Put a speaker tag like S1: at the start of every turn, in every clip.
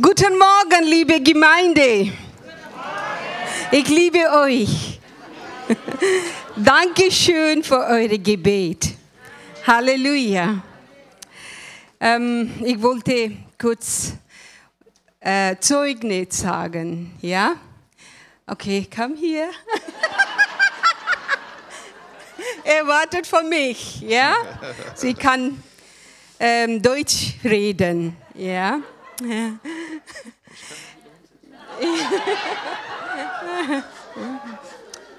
S1: Guten Morgen, liebe Gemeinde. Ich liebe euch. Dankeschön für eure Gebet. Halleluja. Ähm, ich wollte kurz äh, Zeugnis sagen, ja? Okay, komm hier. er wartet von mich, ja? Sie kann ähm, Deutsch reden, ja? ja.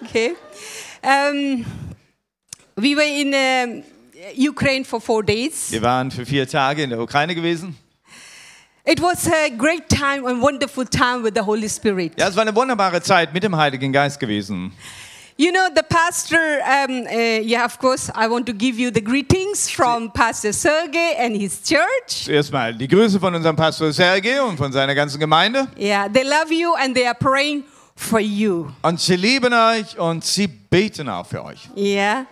S1: okay. Ähm, we were in ähm, Ukraine for four days.
S2: Wir waren für vier Tage in der Ukraine gewesen.
S1: It was a great time and wonderful time with the Holy Spirit.
S2: Ja, es war eine wunderbare Zeit mit dem Heiligen Geist gewesen.
S1: You know, the pastor, um, uh, yeah, of course, I want to give you the greetings from Pastor Sergey and his church.
S2: Zuerst mal die Grüße von unserem Pastor Sergei und von seiner ganzen Gemeinde.
S1: Yeah, they love you and they are praying for you.
S2: Und sie lieben euch und sie beten auch für euch.
S1: Yeah.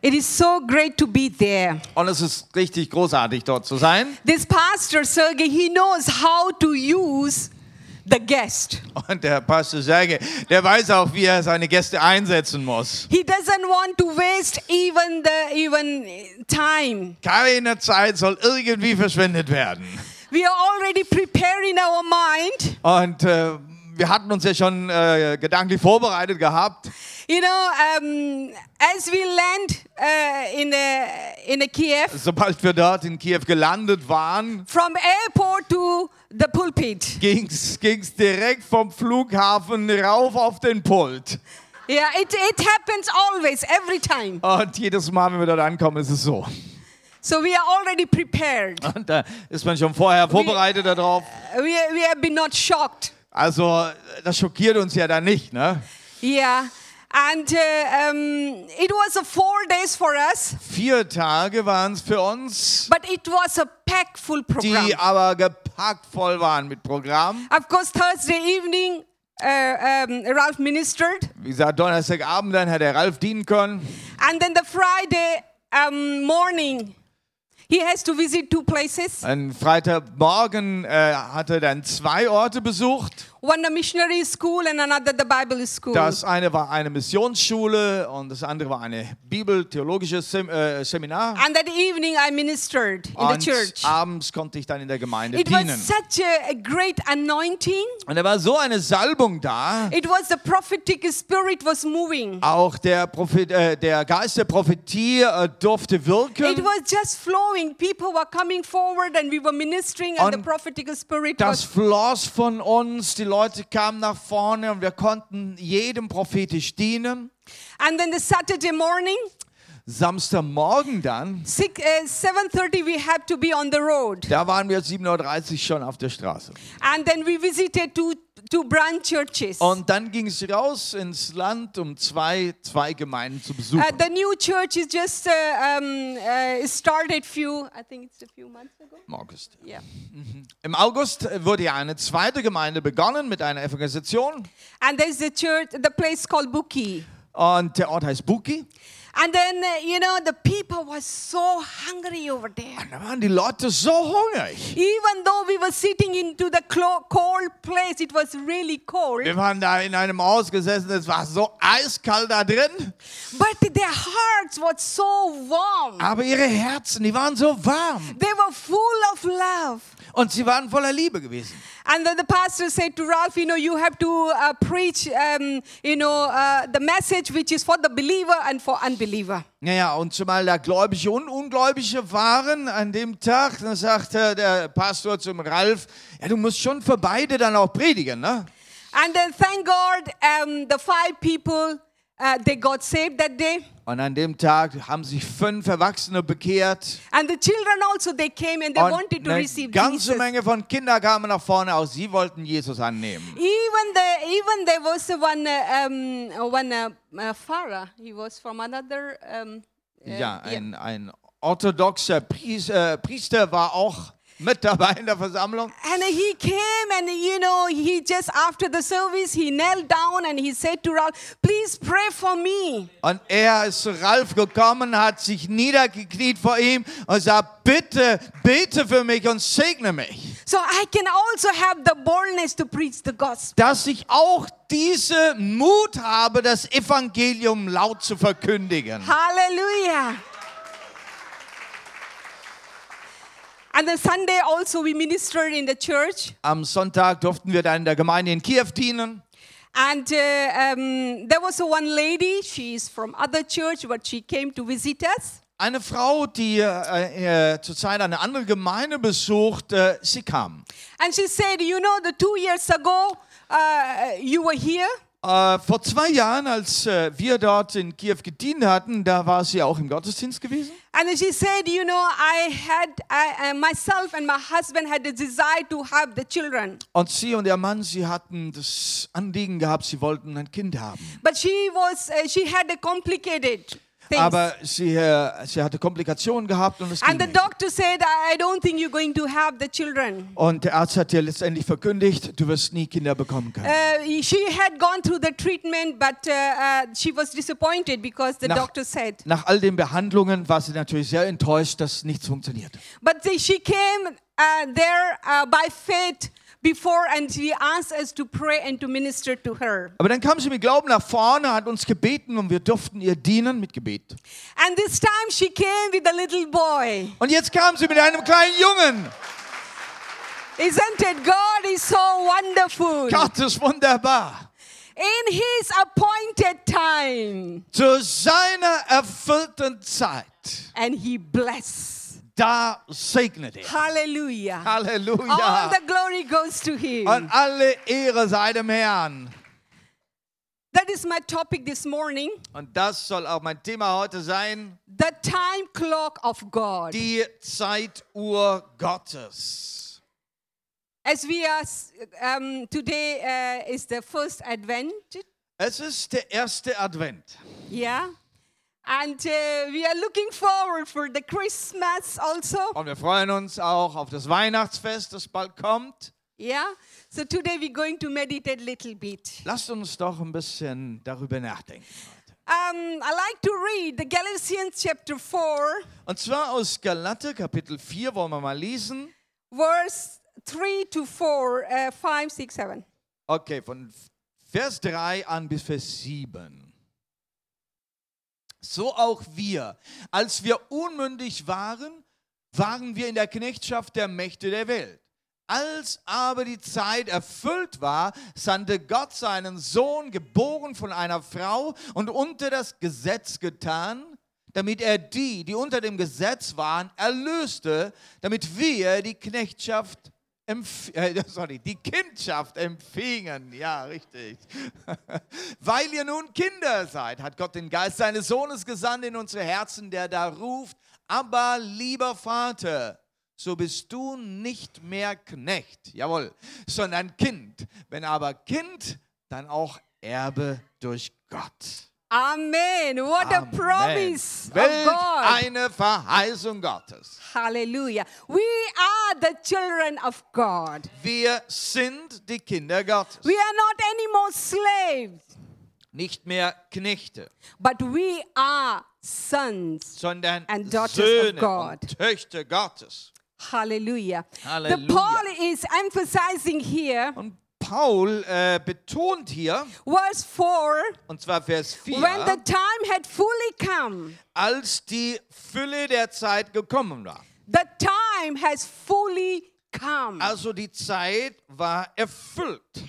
S1: It is so great to be there.
S2: Und es ist richtig großartig, dort zu sein.
S1: This pastor, Sergey, he knows how to use the guest.
S2: Und der Pastor Sergei, der weiß auch, wie er seine Gäste einsetzen muss.
S1: He doesn't want to waste even the even time.
S2: Keine Zeit soll irgendwie verschwendet werden.
S1: We are already preparing our mind.
S2: Und äh, wir hatten uns ja schon äh, gedanklich vorbereitet gehabt.
S1: You know, um, as we land uh, in a, in a Kiev,
S2: Sobald wir dort in Kiew gelandet waren,
S1: from airport to the pulpit,
S2: ging's, ging's direkt vom Flughafen rauf auf den Pult.
S1: yeah, it, it happens always, every time.
S2: Und jedes Mal, wenn wir dort ankommen, ist es so.
S1: So we are already prepared.
S2: Und da ist man schon vorher vorbereitet darauf.
S1: We, we have been not shocked.
S2: Also das schockiert uns ja dann nicht, ne?
S1: Yeah, and uh, um, it was a four days for us,
S2: Vier Tage waren es für uns,
S1: but it was a packed full program.
S2: die aber gepackt voll waren mit Programm.
S1: Of course, Thursday evening, uh, um, Ralph ministered,
S2: Wie gesagt, Donnerstagabend dann hätte der Ralf dienen können.
S1: and then the Friday um, morning, he has to visit two places.
S2: Am Freitagmorgen äh, hat er dann zwei Orte besucht.
S1: One the missionary school and another the Bible school.
S2: Das eine war eine Missionsschule und das andere war eine bibeltheologisches Sem äh, Seminar.
S1: and that evening I ministered in the
S2: Und
S1: church.
S2: abends konnte ich dann in der Gemeinde
S1: It was
S2: dienen.
S1: such a, a great anointing.
S2: Und da war so eine Salbung da.
S1: It was the prophetic spirit was moving.
S2: Auch der, Prophet, äh, der Geist der Prophetie äh, durfte
S1: It
S2: wirken.
S1: was just flowing. People were coming forward and we were ministering and the
S2: Und
S1: prophetic spirit was
S2: Das floss von uns, die Leute kamen nach vorne und wir konnten jedem prophetisch dienen.
S1: and then the Saturday morning,
S2: Samstagmorgen dann,
S1: six, uh, 7:30 we had to be on the road.
S2: da waren wir 7.30 Uhr schon auf der Straße.
S1: And then we visited two two branch churches.
S2: Und dann ging es raus ins Land, um zwei, zwei Gemeinden zu besuchen.
S1: Uh, the new church is just uh, um, uh, started few, I think it's a few months ago.
S2: Im August.
S1: Yeah.
S2: Im August äh, wurde ja eine zweite Gemeinde begonnen mit einer Evangelisation.
S1: And there's the church, the place called Buki.
S2: Und der Ort heißt Buki.
S1: And then, uh, you know, the people were so hungry over there.
S2: Da waren die Leute so hungrig.
S1: Even though we were sitting into the clo- cold place, it was really cold.
S2: Wir waren da in einem Haus gesessen, es war so eiskalt da drin.
S1: But their hearts were so warm.
S2: Aber ihre Herzen, die waren so warm.
S1: They were full of love.
S2: Und sie waren voller Liebe gewesen.
S1: And then the pastor said to Ralph, you know, you have to uh, preach, um, you know, uh, the message which is for the believer and for unbeliever.
S2: Naja, und zumal da Gläubige und Ungläubige waren an dem Tag, dann sagte der Pastor zum Ralf, ja, du musst schon für beide dann auch predigen, ne?
S1: And then thank God, um, the five people, uh, they got saved that day.
S2: Und an dem Tag haben sich fünf Erwachsene bekehrt.
S1: And the children also, they came and they
S2: Und
S1: wanted to
S2: eine
S1: receive
S2: ganze
S1: Jesus.
S2: Menge von Kindern kamen nach vorne aus. Sie wollten Jesus annehmen.
S1: Even, the, even there was one, uh, um, one uh, uh, Farah, he was from another... Um, uh,
S2: Ähm, Ja, ein, ein orthodoxer Pries, äh, Priester war auch mit dabei in der Versammlung.
S1: And he came and you know he just after the service he knelt down and he said to Ralph, "Please pray for me."
S2: Und er ist zu Ralf gekommen, hat sich niedergekniet vor ihm und sagt, bitte, bete für mich und segne mich.
S1: So I can also have the boldness to preach the gospel.
S2: dass ich auch diese Mut habe, das Evangelium laut zu verkündigen.
S1: Hallelujah. And then Sunday also we ministered in the church.
S2: Am Sonntag durften wir dann in der Gemeinde in Kiew dienen.
S1: And uh, um, there was one lady, she's from other church, but she came to visit us.
S2: Eine Frau, die äh, äh, zurzeit eine andere Gemeinde besucht, äh, sie kam.
S1: And she said, You know, the two years ago uh, you were here.
S2: Äh, vor zwei Jahren, als äh, wir dort in Kiew gedient hatten, da war sie auch im Gottesdienst gewesen.
S1: And she said, You know, I had, I, uh, myself and my husband had a desire to have the children.
S2: Und sie und ihr Mann, sie hatten das Anliegen gehabt, sie wollten ein Kind haben.
S1: But she was, uh, she had a complicated things.
S2: Aber sie, äh, sie hatte Komplikationen gehabt und es ging
S1: and the
S2: nicht.
S1: doctor said, I, I don't think you're going to have the children.
S2: Und der Arzt hat ihr letztendlich verkündigt, du wirst nie Kinder bekommen können.
S1: Uh, she had gone through the treatment, but uh, uh, she was disappointed because the
S2: Nach-
S1: doctor said.
S2: Nach all den Behandlungen war sie natürlich sehr enttäuscht, dass nichts funktionierte.
S1: But the- she came uh, there uh, by faith before, and she asked us to pray and to minister to her.
S2: Aber dann kam sie mit Glauben nach vorne, hat uns gebeten und wir durften ihr dienen mit Gebet.
S1: And this time she came with a little boy.
S2: Und jetzt kam sie mit einem kleinen Jungen.
S1: Isn't it? God is so wonderful.
S2: Gott ist wunderbar.
S1: In His appointed time,
S2: Zu seiner erfüllten Zeit,
S1: and He bless.
S2: da segnet er.
S1: Hallelujah. All
S2: Halleluja.
S1: the glory goes to Him.
S2: Und alle Ehre sei dem Herrn.
S1: That is my topic this morning
S2: Und das soll auch mein Thema heute sein.
S1: the time clock of God.
S2: Die Zeituhr Gottes.
S1: As we are s- um, today uh, is the first Advent,
S2: Es ist der erste Advent.
S1: yeah, and uh, we are looking forward for the Christmas also,
S2: Und wir freuen uns auch auf das Weihnachtsfest, das bald kommt.
S1: yeah. So today we're going to meditate a little bit.
S2: Lasst uns doch ein bisschen darüber nachdenken. heute.
S1: Um, I like to read the Galatians chapter four,
S2: Und zwar aus Galater Kapitel 4 wollen wir mal lesen.
S1: verse three to four, uh, five, six, seven.
S2: Okay, von Vers 3 an bis Vers 7. So auch wir, als wir unmündig waren, waren wir in der Knechtschaft der Mächte der Welt. Als aber die Zeit erfüllt war, sandte Gott seinen Sohn, geboren von einer Frau und unter das Gesetz getan, damit er die, die unter dem Gesetz waren, erlöste, damit wir die Knechtschaft empf äh, sorry, die Kindschaft empfingen. Ja, richtig. Weil ihr nun Kinder seid, hat Gott den Geist seines Sohnes gesandt in unsere Herzen, der da ruft, aber lieber Vater, so bist du nicht mehr Knecht, jawohl, sondern Kind. Wenn aber Kind, dann auch Erbe durch Gott.
S1: Amen. What a
S2: Amen.
S1: promise of
S2: Welch
S1: God.
S2: eine Verheißung Gottes.
S1: Hallelujah. We are the children of God.
S2: Wir sind die Kinder Gottes,
S1: We are not anymore slaves,
S2: nicht mehr Knechte,
S1: but we are sons.
S2: sondern
S1: And daughters
S2: Söhne
S1: of God.
S2: und Töchter Gottes.
S1: Hallelujah. The
S2: Hallelujah.
S1: Paul is emphasizing here,
S2: Und Paul äh, betont hier,
S1: verse 4,
S2: und zwar Vers
S1: when the
S2: 4,
S1: time had fully come,
S2: als die Fülle der Zeit gekommen war.
S1: the time has fully come.
S2: Also die Zeit war erfüllt.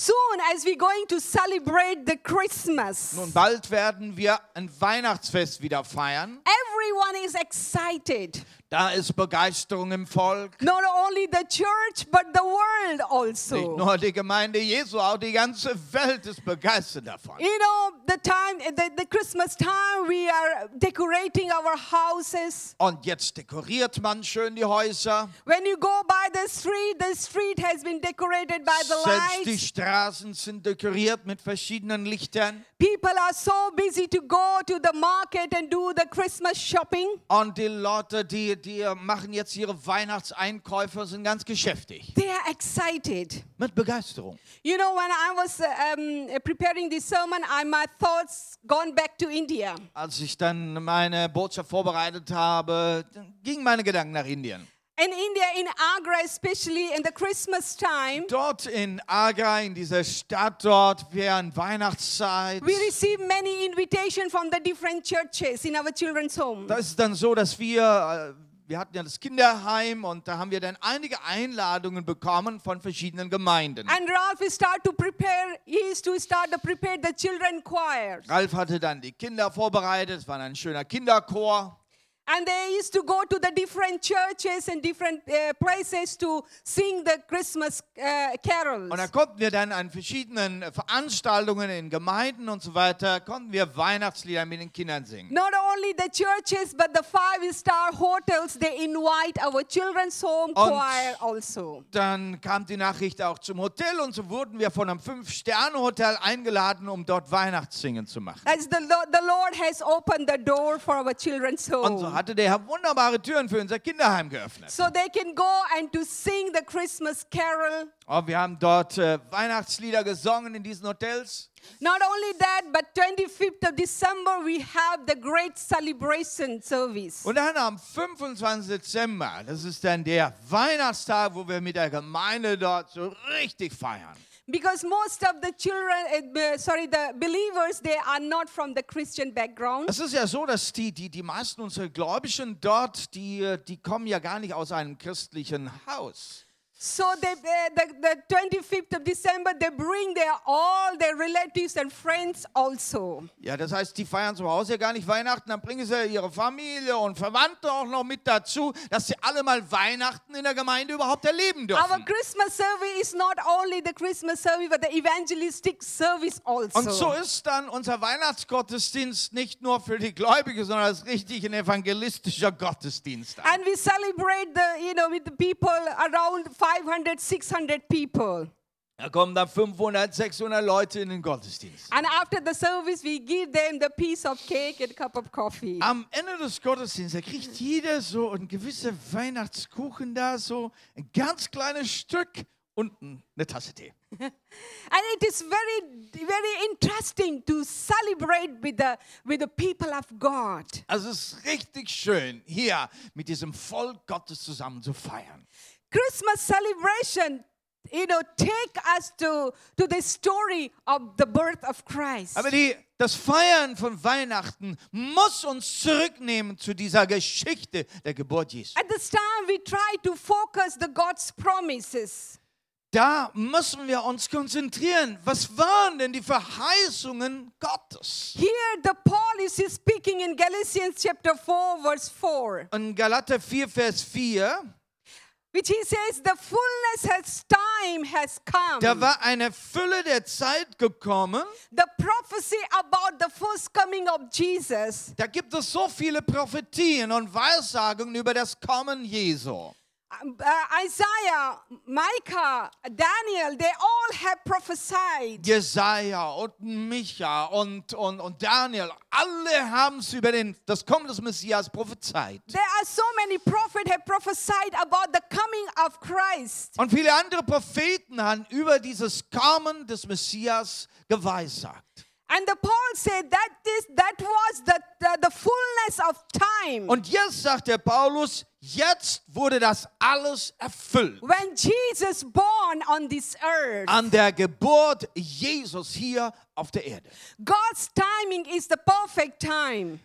S1: Soon as we're going to celebrate the Christmas,
S2: Nun bald werden wir ein Weihnachtsfest wieder feiern.
S1: everyone is excited.
S2: Da ist Begeisterung im Volk.
S1: Not only the church, but the world
S2: Nicht
S1: also.
S2: nur die Gemeinde Jesu, auch die ganze Welt ist begeistert davon.
S1: You know, the time, the, the Christmas time, we are decorating our houses.
S2: Und jetzt dekoriert man schön die Häuser,
S1: When you go by the street, the street has been decorated by the
S2: selbst die
S1: lights.
S2: Straßen sind dekoriert mit verschiedenen Lichtern.
S1: People are so busy to go to the market and do the Christmas shopping.
S2: Und die Leute, die, die machen jetzt ihre Weihnachtseinkäufe, sind ganz geschäftig.
S1: They are excited.
S2: Mit Begeisterung.
S1: You know, when I was uh, um, preparing this sermon, I, my thoughts gone back to India.
S2: Als ich dann meine Botschaft vorbereitet habe, dann gingen meine Gedanken nach Indien.
S1: In India, in Agra, especially in the Christmas time,
S2: Dort in Agra, in dieser Stadt dort, während Weihnachtszeit,
S1: we receive many invitations from the different churches in our children's home.
S2: da ist es dann so, dass wir, äh, wir hatten ja das Kinderheim und da haben wir dann einige Einladungen bekommen von verschiedenen Gemeinden.
S1: And Ralph start to prepare, he is to start to prepare the children choir.
S2: Ralf hatte dann die Kinder vorbereitet, es war ein schöner Kinderchor.
S1: And they used to go to the different churches and different uh, places to sing the Christmas uh, carols.
S2: Und da konnten wir dann an verschiedenen äh, Veranstaltungen in Gemeinden und so weiter, konnten wir Weihnachtslieder mit den Kindern singen.
S1: Not only the churches, but the five-star hotels, they invite our children's home
S2: Und-
S1: choir also.
S2: Dann kam die Nachricht auch zum Hotel und so wurden wir von einem Fünf-Sterne-Hotel eingeladen, um dort Weihnachtssingen zu machen.
S1: As the, Lo- the Lord has opened the door for our children's
S2: Und so
S1: home.
S2: hatte der Herr wunderbare Türen für unser Kinderheim geöffnet.
S1: So they can go and to sing the Christmas carol.
S2: Und Oh, wir haben dort äh, Weihnachtslieder gesungen in diesen Hotels.
S1: Not only that, but 25th of December, we have the great celebration service.
S2: Und dann am 25. Dezember, das ist dann der Weihnachtstag, wo wir mit der Gemeinde dort so richtig feiern.
S1: Because most of the children, uh, uh, sorry, the believers, they are not from the Christian background.
S2: Es ist ja so, dass die, die, die meisten unserer Gläubigen dort, die, äh, die kommen ja gar nicht aus einem christlichen Haus.
S1: So they, uh, the, the 25th of December, they bring their all their relatives and friends also.
S2: Ja, das heißt, die feiern zu Hause ja gar nicht Weihnachten, dann bringen sie ihre Familie und Verwandte auch noch mit dazu, dass sie alle mal Weihnachten in der Gemeinde überhaupt erleben
S1: Our
S2: dürfen.
S1: Christmas service is not only the Christmas service, but the evangelistic service also.
S2: Und so ist dann unser Weihnachtsgottesdienst nicht nur für die Gläubigen, sondern es ist richtig ein evangelistischer Gottesdienst.
S1: and we celebrate the, you know, with the people around 500, 600 people.
S2: Da kommen dann 500, 600 Leute in den Gottesdienst.
S1: And after the service, we give them the piece of cake and cup of coffee.
S2: Am Ende des Gottesdienstes da kriegt jeder so ein gewisser Weihnachtskuchen da, so ein ganz kleines Stück und eine Tasse Tee.
S1: And it is very, very interesting to celebrate with the, with the people of God.
S2: Also es ist richtig schön, hier mit diesem Volk Gottes zusammen zu feiern.
S1: Christmas celebration, you know, take us to, to the story of the birth of Christ.
S2: Aber die, das Feiern von Weihnachten muss uns zurücknehmen zu dieser Geschichte der Geburt Jesu.
S1: At this time, we try to focus the God's promises.
S2: Da müssen wir uns konzentrieren. Was waren denn die Verheißungen Gottes?
S1: Here, the Paul is speaking in Galatians chapter 4, verse 4,
S2: In Galater 4, Vers 4,
S1: which he says, the fullness has time has come.
S2: da war eine Fülle der Zeit gekommen.
S1: the prophecy about the first coming of Jesus
S2: Da gibt es so viele Prophetien und Weissagungen über das Kommen Jesu.
S1: uh, Isaiah, Micah, Daniel, they all have prophesied.
S2: Jesaja und Micha und, und, und Daniel, alle haben es über den, das Kommen des Messias prophezeit.
S1: There are so many prophets have prophesied about the coming of Christ.
S2: Und viele andere Propheten haben über dieses Kommen des Messias geweissagt.
S1: And the Paul said that this that was the, the, the fullness of time.
S2: Und jetzt sagt der Paulus, jetzt wurde das alles erfüllt.
S1: When Jesus born on this earth,
S2: An der Geburt Jesus hier auf der Erde.
S1: God's timing is the perfect time.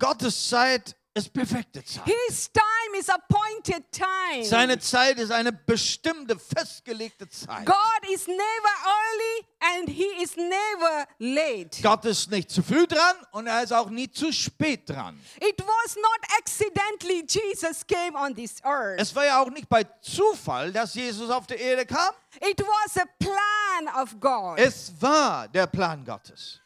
S2: Gottes Zeit ist perfekte Zeit.
S1: His time is appointed time.
S2: Seine Zeit ist eine bestimmte, festgelegte Zeit.
S1: God is never early and he is never late.
S2: Gott ist nicht zu früh dran und er ist auch nie zu spät dran.
S1: It was not accidentally Jesus came on this earth.
S2: Es war ja auch nicht bei Zufall, dass Jesus auf der Erde kam.
S1: It was a plan of God.
S2: Es war der Plan Gottes.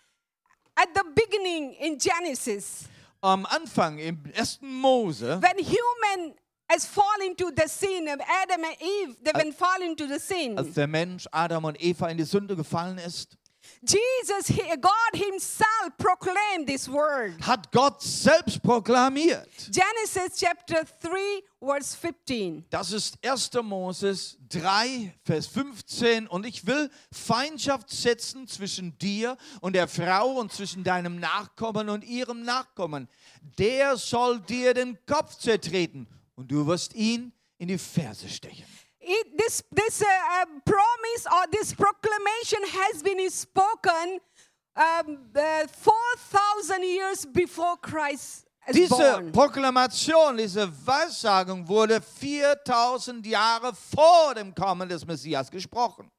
S1: At the beginning in Genesis,
S2: Am Anfang im ersten Mose,
S1: when human has fallen into the sin of Adam and Eve, they when fall into the
S2: als
S1: sin.
S2: der Mensch Adam und Eva in die Sünde gefallen ist,
S1: Jesus, he- God himself proclaimed this word.
S2: hat Gott selbst proklamiert.
S1: Genesis chapter 3 verse 15.
S2: Das ist 1. Moses 3, Vers 15. Und ich will Feindschaft setzen zwischen dir und der Frau und zwischen deinem Nachkommen und ihrem Nachkommen. Der soll dir den Kopf zertreten und du wirst ihn in die Ferse stechen.
S1: It, this this uh, uh, promise or this proclamation has been spoken um, uh, 4,000 years before Christ is
S2: Diese
S1: born.
S2: Proklamation, diese Weissagung wurde 4000 Jahre vor dem Kommen des Messias gesprochen.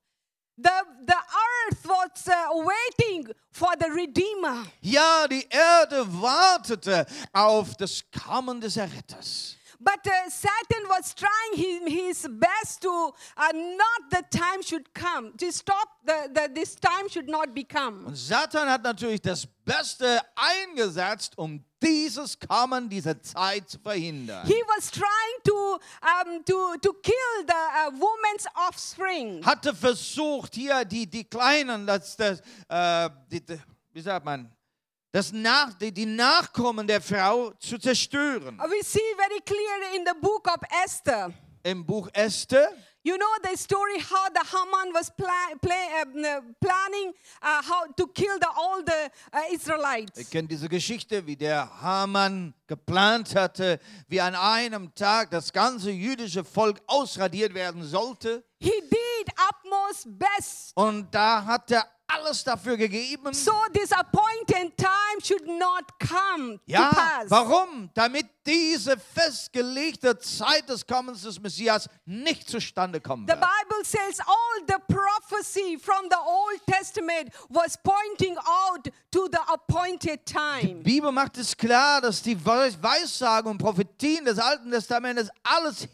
S1: The, the earth was uh, waiting for the Redeemer.
S2: Ja, die Erde wartete auf das Kommen des Erretters.
S1: But uh, Satan was trying his, his best to uh, not the time should come, to stop the, the, this time should not become.
S2: Und Satan hat natürlich das Beste eingesetzt, um dieses Kommen, diese Zeit zu verhindern.
S1: He was trying to, um, to, to kill the uh, woman's offspring.
S2: Hatte versucht, hier die, die Kleinen, das, das, äh, die, die, wie sagt man, das Nach, die, die Nachkommen der Frau zu zerstören.
S1: Uh, We see very clear in the book of Esther.
S2: Im Buch Esther
S1: You know the story how the Haman was pla- play, um, uh, planning uh, how to kill the, all the uh,
S2: Ihr
S1: Israelites.
S2: kennt diese Geschichte, wie der Hamann geplant hatte, wie an einem Tag das ganze jüdische Volk ausradiert werden sollte.
S1: He did utmost best.
S2: Und da hat er alles dafür gegeben.
S1: So this appointed time should not come
S2: ja,
S1: to pass.
S2: warum? Damit diese festgelegte Zeit des Kommens des Messias nicht zustande kommen
S1: The
S2: wird.
S1: Bible says all the prophecy from the Old Testament was pointing out to the appointed time.
S2: Die Bibel macht es klar, dass die Weis- Weissagen und Prophetien des Alten Testamentes alles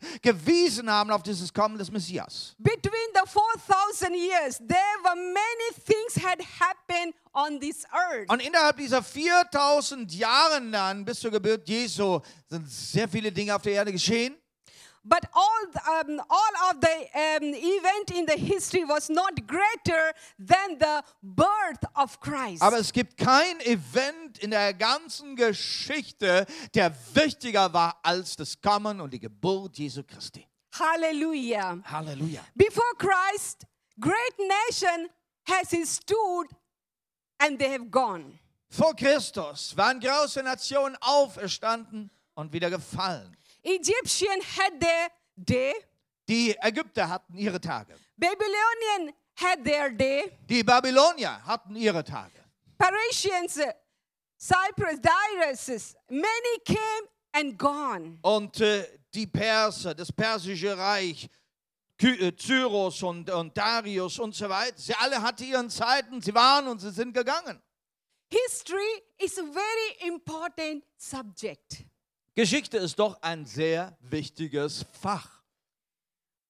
S2: hingewiesen haben auf dieses Kommen des Messias.
S1: Between the 4,000 years, there were many things had happened on this earth.
S2: Und innerhalb dieser 4000 Jahren dann bis zur Geburt Jesu sind sehr viele Dinge auf der Erde geschehen.
S1: But all, th- um, all of the um, event in the history was not greater than the birth of Christ.
S2: Aber es gibt kein Event in der ganzen Geschichte, der wichtiger war als das Kommen und die Geburt Jesu Christi.
S1: Hallelujah.
S2: Halleluja.
S1: Before Christ, great nation has stood and they have gone.
S2: Vor Christus waren große Nationen auferstanden und wieder gefallen.
S1: Egyptian had their day.
S2: Die Ägypter hatten ihre Tage.
S1: Babylonian had their day.
S2: Die Babylonier hatten ihre Tage.
S1: Parisians, uh, Cyprus, Dyrus, many came and gone.
S2: Und äh, die Perser, das persische Reich, Ky äh, Cyrus und, und Darius und so weiter, sie alle hatten ihren Zeiten, sie waren und sie sind gegangen.
S1: History is a very important subject.
S2: Geschichte ist doch ein sehr wichtiges Fach.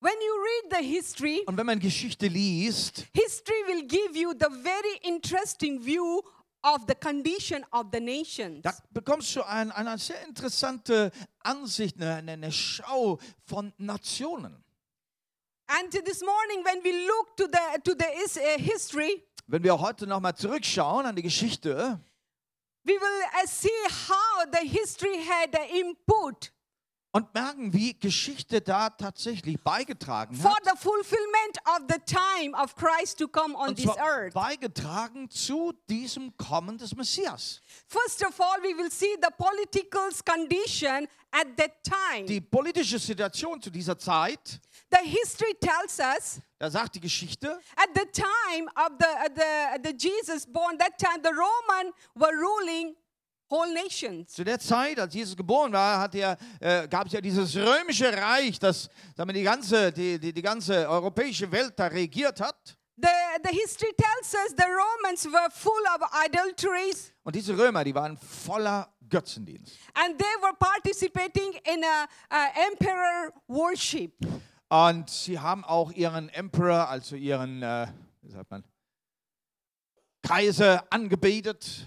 S1: When you read the history,
S2: Und wenn man Geschichte liest,
S1: history will give you the very interesting view of the condition of the nations.
S2: da bekommst du ein, eine sehr interessante Ansicht, eine, eine- eine Schau von Nationen.
S1: And to this morning, when we look to the to the is, uh, history,
S2: Wenn wir heute nochmal zurückschauen an die Geschichte,
S1: we will uh, see how the history had an input
S2: und merken, wie Geschichte da tatsächlich beigetragen hat.
S1: for the fulfillment of the time of Christ to come on
S2: und
S1: this
S2: zwar
S1: earth.
S2: beigetragen zu diesem Kommen des Messias.
S1: First of all, we will see the political condition at that time.
S2: Die politische Situation zu dieser Zeit,
S1: The history tells us
S2: da sagt die Geschichte,
S1: At the time of the, uh, the, the Jesus born, that time the Roman were ruling whole nations.
S2: zu der Zeit, als Jesus geboren war, hat er, äh, gab es ja dieses römische Reich, das sagen wir, die, ganze, die, die, die ganze europäische Welt da regiert hat.
S1: The, the history tells us the Romans were full of adulteries
S2: Und diese Römer, die waren voller Götzendienst.
S1: and they were participating in a, a emperor worship.
S2: Und sie haben auch ihren Emperor, also ihren, äh, wie sagt man, Kaiser angebetet.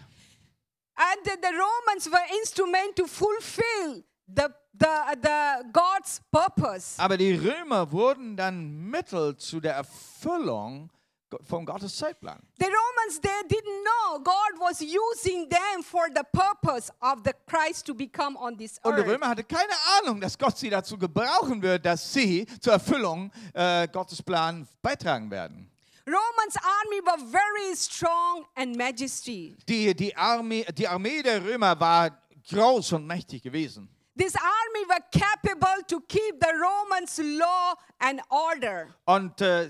S1: And the, the Romans were instrument to fulfill the, the, the God's purpose.
S2: Aber die Römer wurden dann Mittel zu der Erfüllung go- vom Gottes Zeitplan.
S1: The Romans, they didn't know God was using them for the purpose of the Christ to become on this
S2: Und der
S1: earth.
S2: Römer hatte keine Ahnung, dass Gott sie dazu gebrauchen wird, dass sie zur Erfüllung äh, Gottes Plan beitragen werden.
S1: Romans army were very strong and majesty.
S2: Die, die, Armee, die Armee der Römer war groß und mächtig gewesen.
S1: This army were capable to keep the Romans' law and order.
S2: Und äh,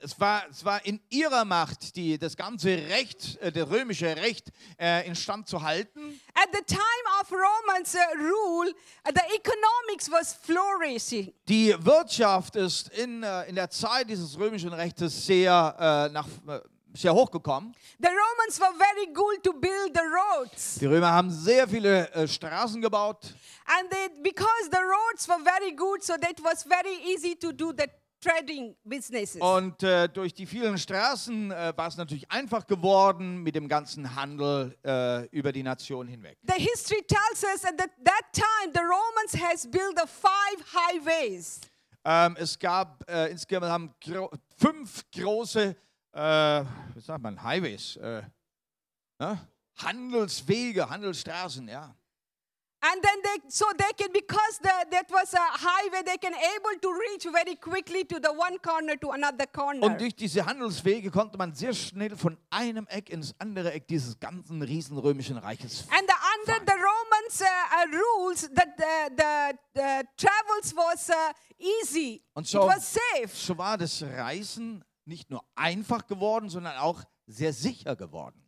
S2: es, war, es war in ihrer Macht, die, das ganze Recht, äh, das römische Recht äh, instand zu halten.
S1: At the time of Romans' uh, rule, uh, the economics was flourishing.
S2: Die Wirtschaft ist in, äh, in der Zeit dieses römischen Rechtes sehr, äh, nach, äh, sehr hochgekommen.
S1: The Romans were very good to build the roads.
S2: Die Römer haben sehr viele äh, Straßen gebaut.
S1: And they, because the roads were very good, so that was very easy to do the trading businesses.
S2: Und äh, durch die vielen Straßen äh, war es natürlich einfach geworden mit dem ganzen Handel äh, über die Nation hinweg.
S1: The history tells us that at that time the Romans has built the five highways.
S2: Ähm, es gab äh, insgesamt gro fünf große, äh, wie sagt man, Highways, äh, ne? Handelswege, Handelsstraßen, ja.
S1: And then they, so they can, because the, that was a highway, they can able to reach very quickly to the one corner to another corner.
S2: Und durch diese Handelswege konnte man sehr schnell von einem Eck ins andere Eck dieses ganzen riesen römischen Reiches.
S1: and the, under the Romans' uh, uh, rules, that the, the, the travels was uh, easy.
S2: Und so-
S1: it was safe.
S2: So war das Reisen nicht nur einfach geworden, sondern auch sehr sicher geworden.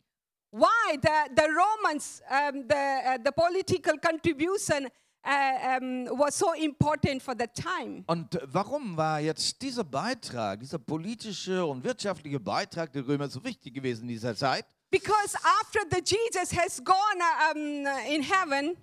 S1: why the, the romans um, the, uh, the political contribution uh, um, was so important for the time
S2: Und warum war jetzt dieser Beitrag, dieser politische und wirtschaftliche Beitrag der Römer so wichtig gewesen in dieser Zeit?
S1: because after the jesus has gone uh, um, uh, in heaven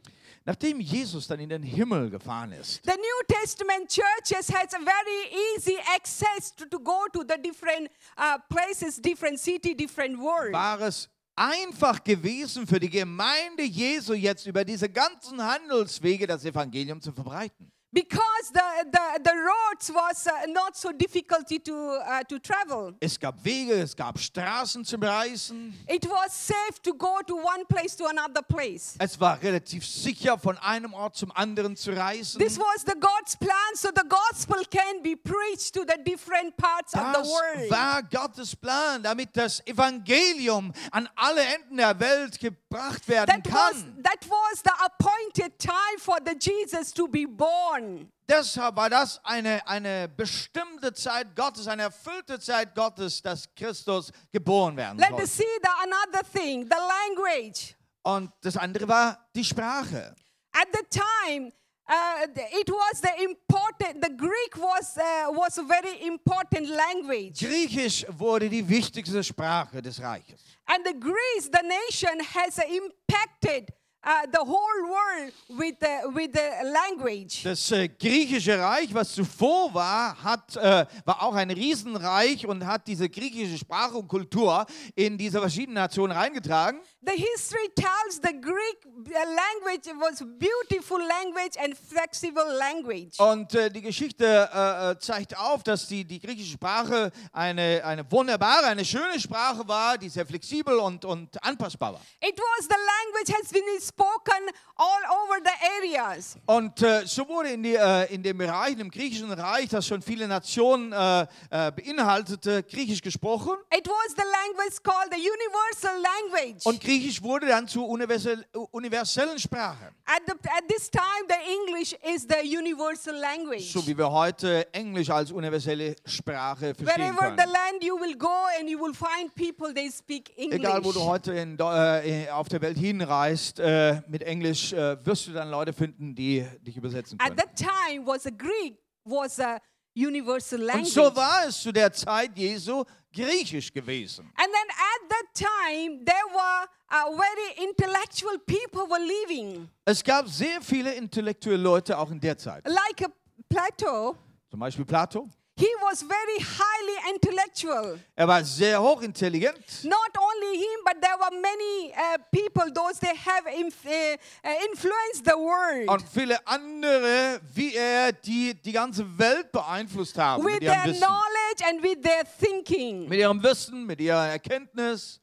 S2: Nachdem Jesus dann in den Himmel gefahren ist,
S1: the new testament churches has a very easy access to, to go to the different uh, places different city different world
S2: war es einfach gewesen für die Gemeinde Jesu jetzt über diese ganzen Handelswege das Evangelium zu verbreiten.
S1: because the, the, the roads was uh, not so difficult to, uh, to travel
S2: Es gab Wege, es gab Straßen zum Reisen.
S1: it was safe to go to one place to another place
S2: Es war relativ sicher, von einem Ort zum anderen zu reisen.
S1: This was the God's plan, so the gospel can be preached to the different parts of
S2: Das
S1: the world.
S2: war Gottes Plan, damit das Evangelium an alle Enden der Welt gebracht werden
S1: That was,
S2: kann.
S1: that was the appointed time for the Jesus to be born.
S2: Deshalb war das eine, eine bestimmte Zeit Gottes, eine erfüllte Zeit Gottes, dass Christus geboren werden
S1: Let us
S2: sollte.
S1: see the another thing, the language.
S2: Und das andere war die Sprache.
S1: At the time, uh, the- it was the important. The Greek was uh, was a very important language,
S2: Griechisch wurde die wichtigste Sprache des Reiches.
S1: and the Greece, the nation, has impacted uh, the whole world with the, with the language.
S2: Das äh, griechische Reich, was zuvor war, hat, äh, war auch ein Riesenreich und hat diese griechische Sprache und Kultur in diese verschiedenen Nationen reingetragen.
S1: The history tells the Greek uh, language was beautiful language and flexible language.
S2: Und äh, die Geschichte äh, äh, zeigt auf, dass die, die griechische Sprache eine, eine wunderbare, eine schöne Sprache war, die sehr flexibel und, und anpassbar war.
S1: It was the language has been spoken all over the areas.
S2: Und äh, so wurde in, die, äh, in dem Bereich, in dem griechischen Reich, das schon viele Nationen äh, äh, beinhaltete, Griechisch gesprochen.
S1: It was the language called the universal language.
S2: Und Griechisch wurde dann zur universell, äh, universellen Sprache.
S1: At, the, at this time, the English is the universal language.
S2: So wie wir heute Englisch als universelle Sprache verstehen
S1: Wherever the
S2: können.
S1: land you will go and you will find people, they speak English.
S2: Egal, wo du heute in, Deu- äh, auf der Welt hinreist, äh, mit Englisch äh, wirst du dann Leute finden, die dich übersetzen
S1: At
S2: können.
S1: that time, was a Greek was a universal
S2: Und
S1: language.
S2: so war es zu der Zeit Jesu griechisch gewesen.
S1: And then at that time, there were uh, very intellectual people were living,
S2: Es gab sehr viele intellektuelle Leute auch in der Zeit.
S1: like a Plato.
S2: Zum Beispiel Plato.
S1: He was very highly intellectual.
S2: Er war sehr hochintelligent.
S1: Not only him, but there were many uh, people, those they have inf- uh, uh, influenced the world
S2: Und viele andere, wie er, die die ganze Welt beeinflusst haben
S1: with
S2: mit ihrem
S1: their
S2: Wissen.
S1: knowledge and with their thinking.
S2: Mit ihrem Wissen, mit ihrer Erkenntnis.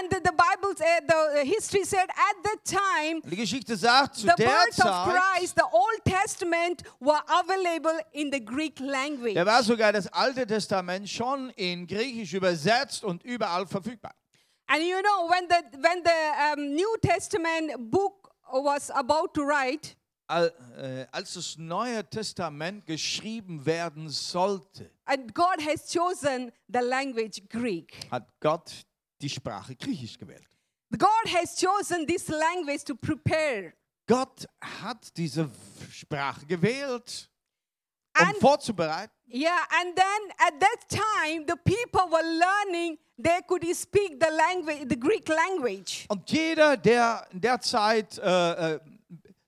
S1: And the, the Bible, uh, the uh, history said at that time,
S2: Die Geschichte sagt, zu
S1: the
S2: der
S1: birth of
S2: Zeit,
S1: Christ, the Old Testament, were available in the Greek language.
S2: da war sogar das Alte Testament schon in Griechisch übersetzt und überall verfügbar.
S1: And you know, when the when the um, New Testament book was about to write,
S2: al- äh, als das Neue Testament geschrieben werden sollte,
S1: And God has chosen the language Greek.
S2: hat Gott die Sprache Griechisch gewählt.
S1: God has chosen this language to prepare.
S2: Gott hat diese Sprache gewählt, um
S1: And
S2: vorzubereiten.
S1: yeah, and then at that time the people were learning they could speak the language the Greek language.
S2: Und jeder, der in der Zeit äh, äh,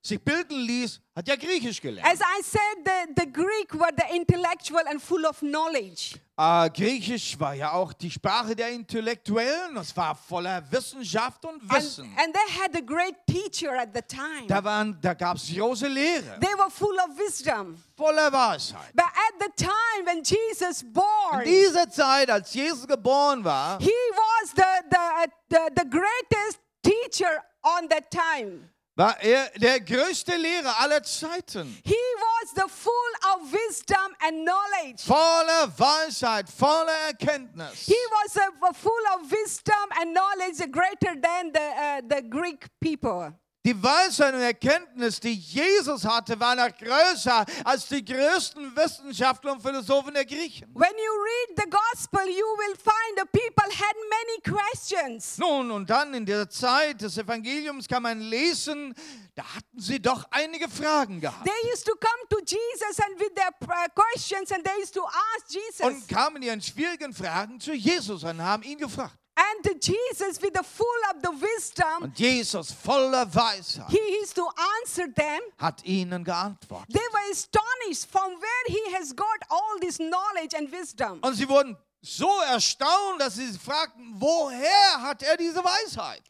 S2: sich bilden ließ, hat ja Griechisch gelernt.
S1: As I said, the, the Greek were the intellectual and full of knowledge.
S2: Äh, Griechisch war ja auch die Sprache der Intellektuellen. Es war voller Wissenschaft und
S1: And,
S2: Wissen.
S1: and they had a great teacher at the time.
S2: Da, waren- da gab es große Lehre,
S1: They were full of wisdom.
S2: voller Weisheit.
S1: But at the time when Jesus
S2: In
S1: born, he
S2: dieser Zeit, als Jesus geboren war,
S1: was the, the, the, the greatest teacher on that time.
S2: war er der größte Lehrer aller Zeiten.
S1: He was the full of wisdom and knowledge.
S2: Voller Weisheit, voller Erkenntnis.
S1: He was a, a full of wisdom and knowledge greater than the, uh, the Greek people.
S2: Die Weisheit und Erkenntnis, die Jesus hatte, war noch größer als die größten Wissenschaftler und Philosophen der Griechen.
S1: When you read the gospel, you will find the people had many questions.
S2: Nun und dann in der Zeit des Evangeliums kann man lesen, da hatten sie doch einige Fragen gehabt
S1: They used to come to Jesus and with their uh, questions, and they used to ask Jesus.
S2: und kamen ihren schwierigen Fragen zu Jesus und haben ihn gefragt.
S1: And Jesus, with the full of the wisdom,
S2: Und Jesus voller Weisheit
S1: he used to answer them.
S2: hat ihnen geantwortet.
S1: They were astonished from where he has got all this knowledge and wisdom.
S2: Und sie wurden so erstaunt, dass sie fragten, woher hat er diese Weisheit?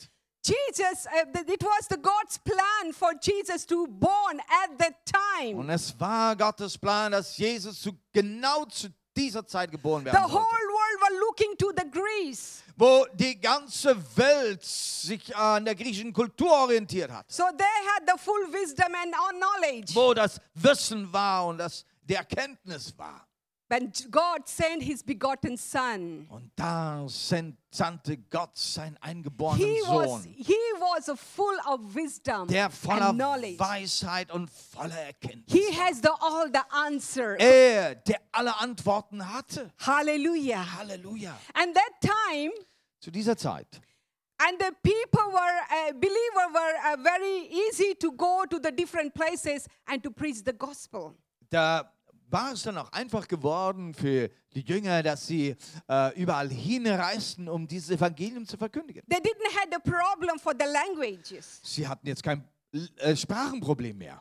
S1: Jesus, uh, th- it was the God's plan for Jesus to born at that time.
S2: Und es war Gottes Plan, dass Jesus zu, genau zu dieser Zeit geboren
S1: The
S2: werden
S1: whole
S2: sollte,
S1: world were looking to the Greece.
S2: wo die ganze Welt sich an der griechischen Kultur orientiert hat,
S1: So they had the full wisdom and all knowledge.
S2: wo das Wissen war und das die Erkenntnis war.
S1: When God sent his begotten son,
S2: Und da send- sandte Gott seinen eingeborenen
S1: he was,
S2: Sohn,
S1: he was full of wisdom
S2: der voller
S1: and knowledge.
S2: Weisheit und voller Erkenntnis.
S1: He has the, all the answer.
S2: Er, der alle Antworten hatte.
S1: Hallelujah.
S2: Halleluja.
S1: And that time,
S2: Zu dieser Zeit
S1: and the people were, uh, believer were uh, very easy to go to the different places and to preach the gospel.
S2: da war es dann auch einfach geworden für die Jünger, dass sie äh, überall hinreisten, um dieses Evangelium zu verkündigen.
S1: They didn't have the problem for the languages
S2: Sie hatten jetzt kein äh, Sprachenproblem mehr,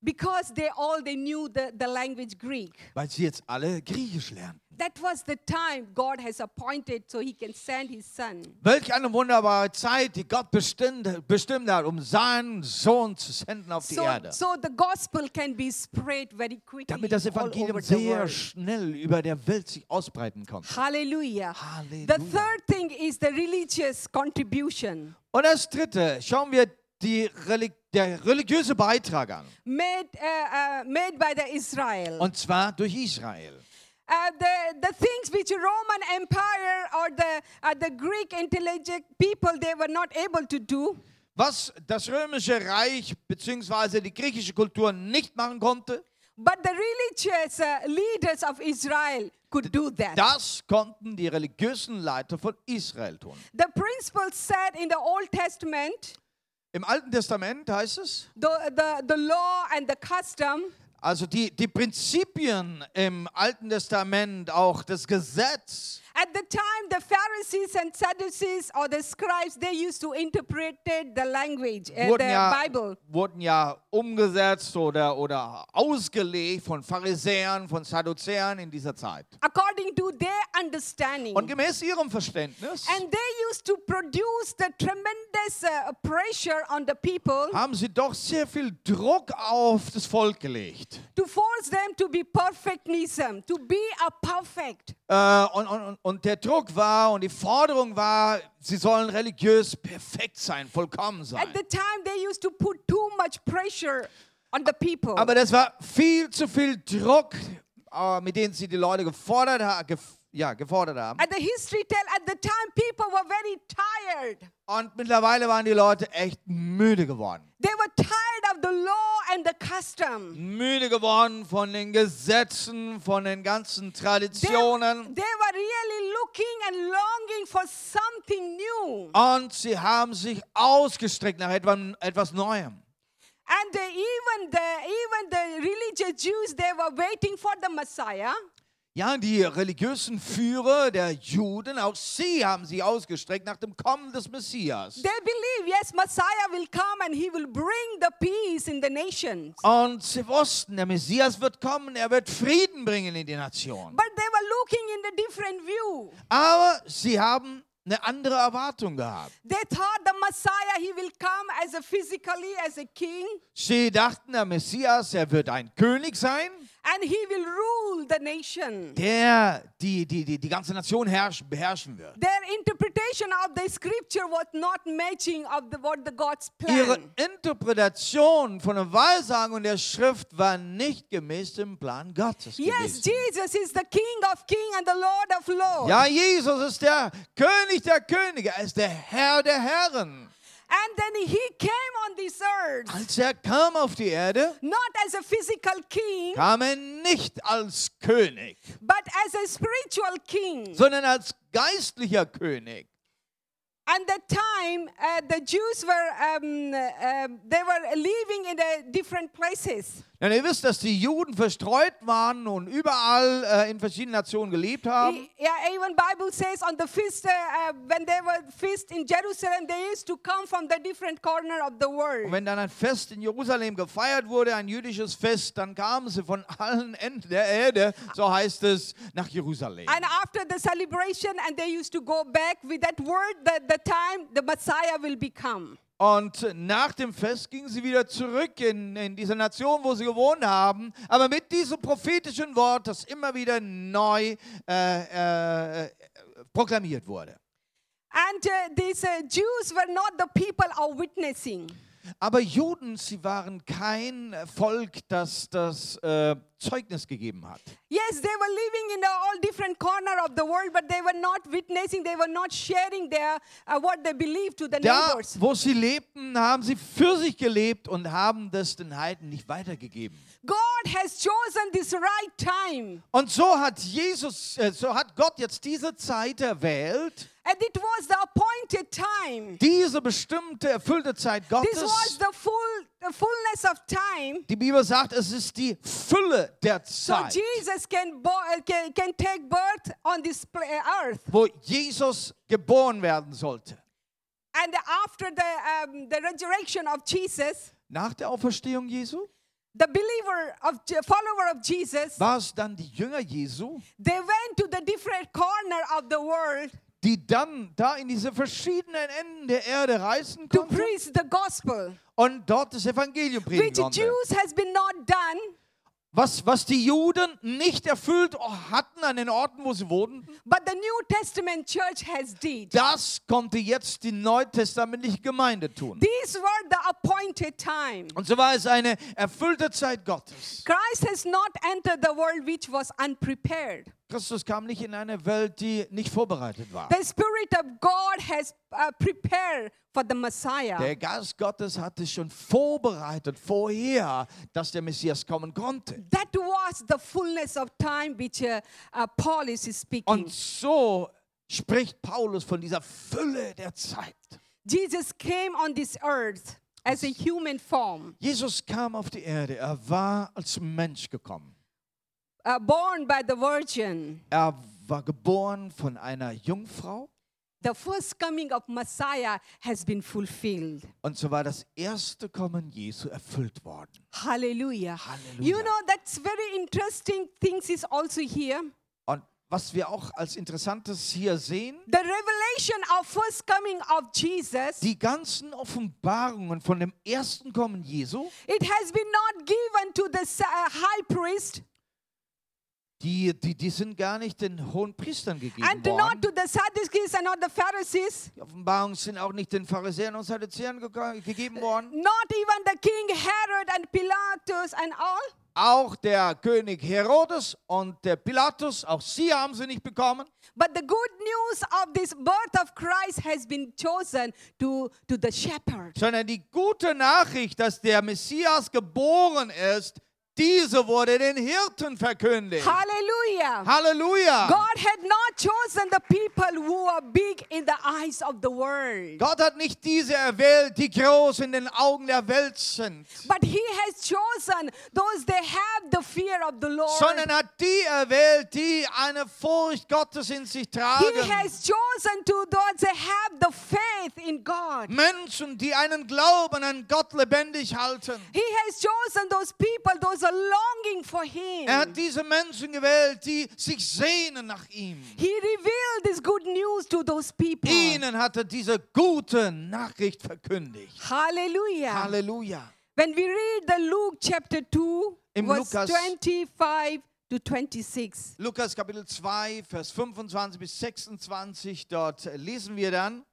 S1: because they all they knew the, the language Greek.
S2: weil sie jetzt alle Griechisch lernten.
S1: That was the time God has appointed so he can send his son.
S2: Welch eine wunderbare Zeit, die Gott bestimmt, bestimmt hat, um seinen Sohn zu senden auf die
S1: So,
S2: Erde.
S1: so the gospel can be spread very quickly
S2: Damit das
S1: all
S2: Evangelium
S1: over the
S2: sehr
S1: world.
S2: schnell über der Welt sich ausbreiten konnte.
S1: Hallelujah. The
S2: Halleluja.
S1: third thing is the religious contribution
S2: Und das dritte, schauen wir die Reli der religiöse Beitrag an.
S1: made, uh, uh, made by the Israel.
S2: Und zwar durch Israel.
S1: Uh, the, the things which Roman Empire or the, uh, the Greek intelligent people, they were not able to do.
S2: Was das römische Reich bzw. die griechische Kultur nicht machen konnte,
S1: But the religious uh, leaders of Israel could do that.
S2: das konnten die religiösen Leiter von Israel tun.
S1: The principle said in the Old Testament,
S2: Im Alten Testament heißt es,
S1: the, the, the law and the custom,
S2: also die, die Prinzipien im Alten Testament, auch das Gesetz,
S1: at the time the Pharisees and Sadducees or the scribes, they used to interpret the language, uh, the
S2: wurden ja,
S1: Bible.
S2: wurden ja umgesetzt oder, oder ausgelegt von Pharisäern, von Sadduzäern in dieser Zeit.
S1: According to their understanding.
S2: Und gemäß ihrem Verständnis
S1: And they used to produce the tremendous uh, pressure on the people
S2: haben sie doch sehr viel Druck auf das Volk gelegt.
S1: to force them to be perfectionism, to be a perfect.
S2: Äh, und, und, und- und der Druck war und die Forderung war, sie sollen religiös perfekt sein, vollkommen sein.
S1: At the time, they used to put too much pressure on the people.
S2: Aber das war viel zu viel Druck, äh, mit denen sie die Leute gefordert, ha gef ja, gefordert haben.
S1: At the history tell, at the time, people were very tired.
S2: Und mittlerweile waren die Leute echt müde geworden.
S1: They were tired of the law and the custom.
S2: müde geworden von den Gesetzen, von den ganzen
S1: They, they
S2: Traditionen.
S1: were really looking and longing for something new.
S2: Und sie haben sich ausgestreckt nach etwas, etwas Neuem.
S1: And they, even the even the religious Jews, they were waiting for the Messiah.
S2: Ja, die religiösen Führer der Juden, auch sie haben sich ausgestreckt nach dem Kommen des Messias.
S1: They believe, yes, Messiah will come and he will bring the peace in the nations.
S2: Und sie wussten, der Messias wird kommen, er wird Frieden bringen in die Nation.
S1: But they were looking in the different view.
S2: Aber sie haben eine andere Erwartung gehabt.
S1: They thought the Messiah he will come as a physically as a king
S2: Sie dachten, der Messias, er wird ein König sein,
S1: and he will rule the nation.
S2: der die, die, die, die ganze Nation herrschen, beherrschen wird.
S1: Their interpretation of the scripture was not matching of the what the God's
S2: Ihre
S1: plan.
S2: Interpretation von der Wahrsagung der Schrift war nicht gemäß dem Plan
S1: Yes,
S2: Gottes. gewesen.
S1: Jesus is the King of King and the Lord of Lords.
S2: Ja, Jesus ist der König der Könige, er ist der Herr der Herren.
S1: And then he came on this earth
S2: Als er kam auf die Erde,
S1: not as a physical king,
S2: kam er nicht als König,
S1: but as a spiritual king.
S2: sondern als geistlicher König.
S1: At that time, uh, the Jews were um, uh, they were living in the different places.
S2: Denn ihr wisst, dass die Juden verstreut waren und überall äh, in verschiedenen Nationen gelebt haben.
S1: E- Yeah, even Bible says on the feast uh, uh, when they were feast in Jerusalem, they used to come from the different corner of the
S2: Und
S1: world.
S2: wenn dann ein Fest in Jerusalem gefeiert wurde, ein jüdisches Fest, dann kamen sie von allen Enden der Erde, so heißt es, nach Jerusalem.
S1: And after the celebration, and they used to go back with that word that the time the Messiah will become.
S2: Und nach dem Fest gingen sie wieder zurück in, in diese Nation, wo sie gewohnt haben, aber mit diesem prophetischen Wort, das immer wieder neu äh, äh, proklamiert wurde.
S1: And uh, these uh, Jews were not the people of witnessing.
S2: Aber Juden, sie waren kein Volk, das das äh, Zeugnis gegeben hat.
S1: Yes, they were living in the all different corner of the world, but they were not witnessing. They were not sharing their uh, what they believed to the
S2: Da,
S1: neighbors.
S2: wo sie lebten, haben sie für sich gelebt und haben das den Heiden nicht weitergegeben.
S1: God has chosen this right time,
S2: Und so hat Jesus, äh, so hat Gott jetzt diese Zeit erwählt,
S1: and it was the appointed time.
S2: diese bestimmte erfüllte Zeit
S1: This was
S2: Gottes.
S1: the full the fullness of time.
S2: Die Bibel sagt, es ist die Fülle der
S1: So
S2: Zeit,
S1: Jesus can, bo- uh, can can take birth on this pla- uh, earth,
S2: wo Jesus geboren werden sollte.
S1: and after the um, the resurrection of Jesus,
S2: Nach der Auferstehung Jesu
S1: the believer of Je- follower of Jesus,
S2: war es dann die Jünger Jesu,
S1: they went to the different corner of the world.
S2: die dann da in diese verschiedenen Enden der Erde reisen
S1: to
S2: konnten
S1: preach the gospel,
S2: und dort das Evangelium predigen
S1: which
S2: konnten.
S1: Jews has been not done,
S2: Was, was die Juden nicht erfüllt oh, hatten an den Orten, wo sie wohnten,
S1: but the New Testament church has did.
S2: das konnte jetzt die neutestamentliche Gemeinde tun.
S1: These were the appointed time.
S2: Und so war es eine erfüllte Zeit Gottes.
S1: Christ has not entered the world which was unprepared.
S2: Christus kam nicht in eine Welt, die nicht vorbereitet war.
S1: The Spirit of God has uh, prepared for the Messiah.
S2: Der Geist Gottes hatte schon vorbereitet vorher, dass der Messias kommen konnte.
S1: That was the fullness of time which uh, uh, Paul is speaking.
S2: Und so spricht Paulus von dieser Fülle der Zeit.
S1: Jesus came on this earth as a human form,
S2: Jesus kam auf die Erde, er war als Mensch gekommen.
S1: uh, born by the Virgin.
S2: Er war geboren von einer Jungfrau
S1: The first coming of Messiah has been fulfilled.
S2: und so war das erste Kommen Jesu erfüllt worden.
S1: Hallelujah. You
S2: Hallelujah.
S1: know, that's very interesting things is also here.
S2: Und was wir auch als Interessantes hier sehen,
S1: The revelation of first coming of Jesus,
S2: die ganzen Offenbarungen von dem ersten Kommen Jesu,
S1: it has been not given to the sa- uh, high priest
S2: die, die, die sind gar nicht den hohen Priestern gegeben
S1: and not
S2: worden.
S1: to the Sadducees and not the Pharisees,
S2: Die Offenbarungen sind auch nicht den Pharisäern und Sadduzäern ge gegeben worden.
S1: not even the King Herod and Pilatus and all.
S2: Auch der König Herodes und der Pilatus, auch sie haben sie nicht bekommen.
S1: But the good news of this birth of Christ has been chosen to, to the shepherd.
S2: sondern die gute Nachricht, dass der Messias geboren ist, diese wurde den Hirten verkündigt.
S1: Hallelujah.
S2: Halleluja!
S1: God had not chosen the people who are big in the eyes of the world,
S2: Gott hat nicht diese erwählt, die groß in den Augen der Welt sind,
S1: but He has chosen those that have the fear of the Lord.
S2: sondern hat die erwählt, die eine Furcht Gottes in sich
S1: He
S2: tragen.
S1: has chosen to those that have the faith in God.
S2: Mm. Menschen, die einen Glauben an Gott lebendig halten.
S1: He has chosen those people, those are longing for Him.
S2: Er hat diese Menschen gewählt, die sich sehnen nach ihm.
S1: he revealed this good news to those people.
S2: Ihnen hat er diese gute Nachricht verkündigt.
S1: Hallelujah.
S2: Halleluja!
S1: When we read the Luke chapter 2,
S2: Im
S1: verse
S2: Lukas-
S1: 25 to 26,
S2: Lukas Kapitel 2, Vers 25 bis 26, dort lesen wir dann.